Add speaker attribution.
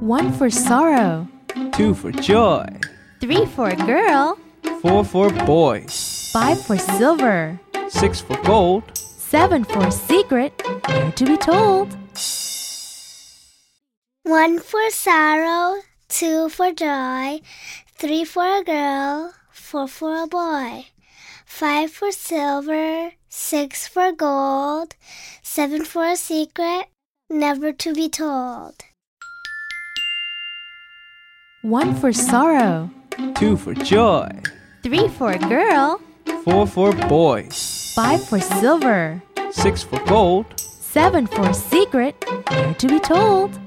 Speaker 1: One for sorrow,
Speaker 2: two for joy,
Speaker 1: three for a girl,
Speaker 2: four for boys,
Speaker 1: five for silver,
Speaker 2: six for gold.
Speaker 1: seven for secret, ne'er to be told.
Speaker 3: One for sorrow, two for joy, three for a girl, four for a boy, five for silver, six for gold, seven for a secret, never to be told.
Speaker 1: One for sorrow,
Speaker 2: Two for joy,
Speaker 1: three for a girl,
Speaker 2: four for boys,
Speaker 1: five for silver,
Speaker 2: six for gold.
Speaker 1: seven for secret, ne'er to be told.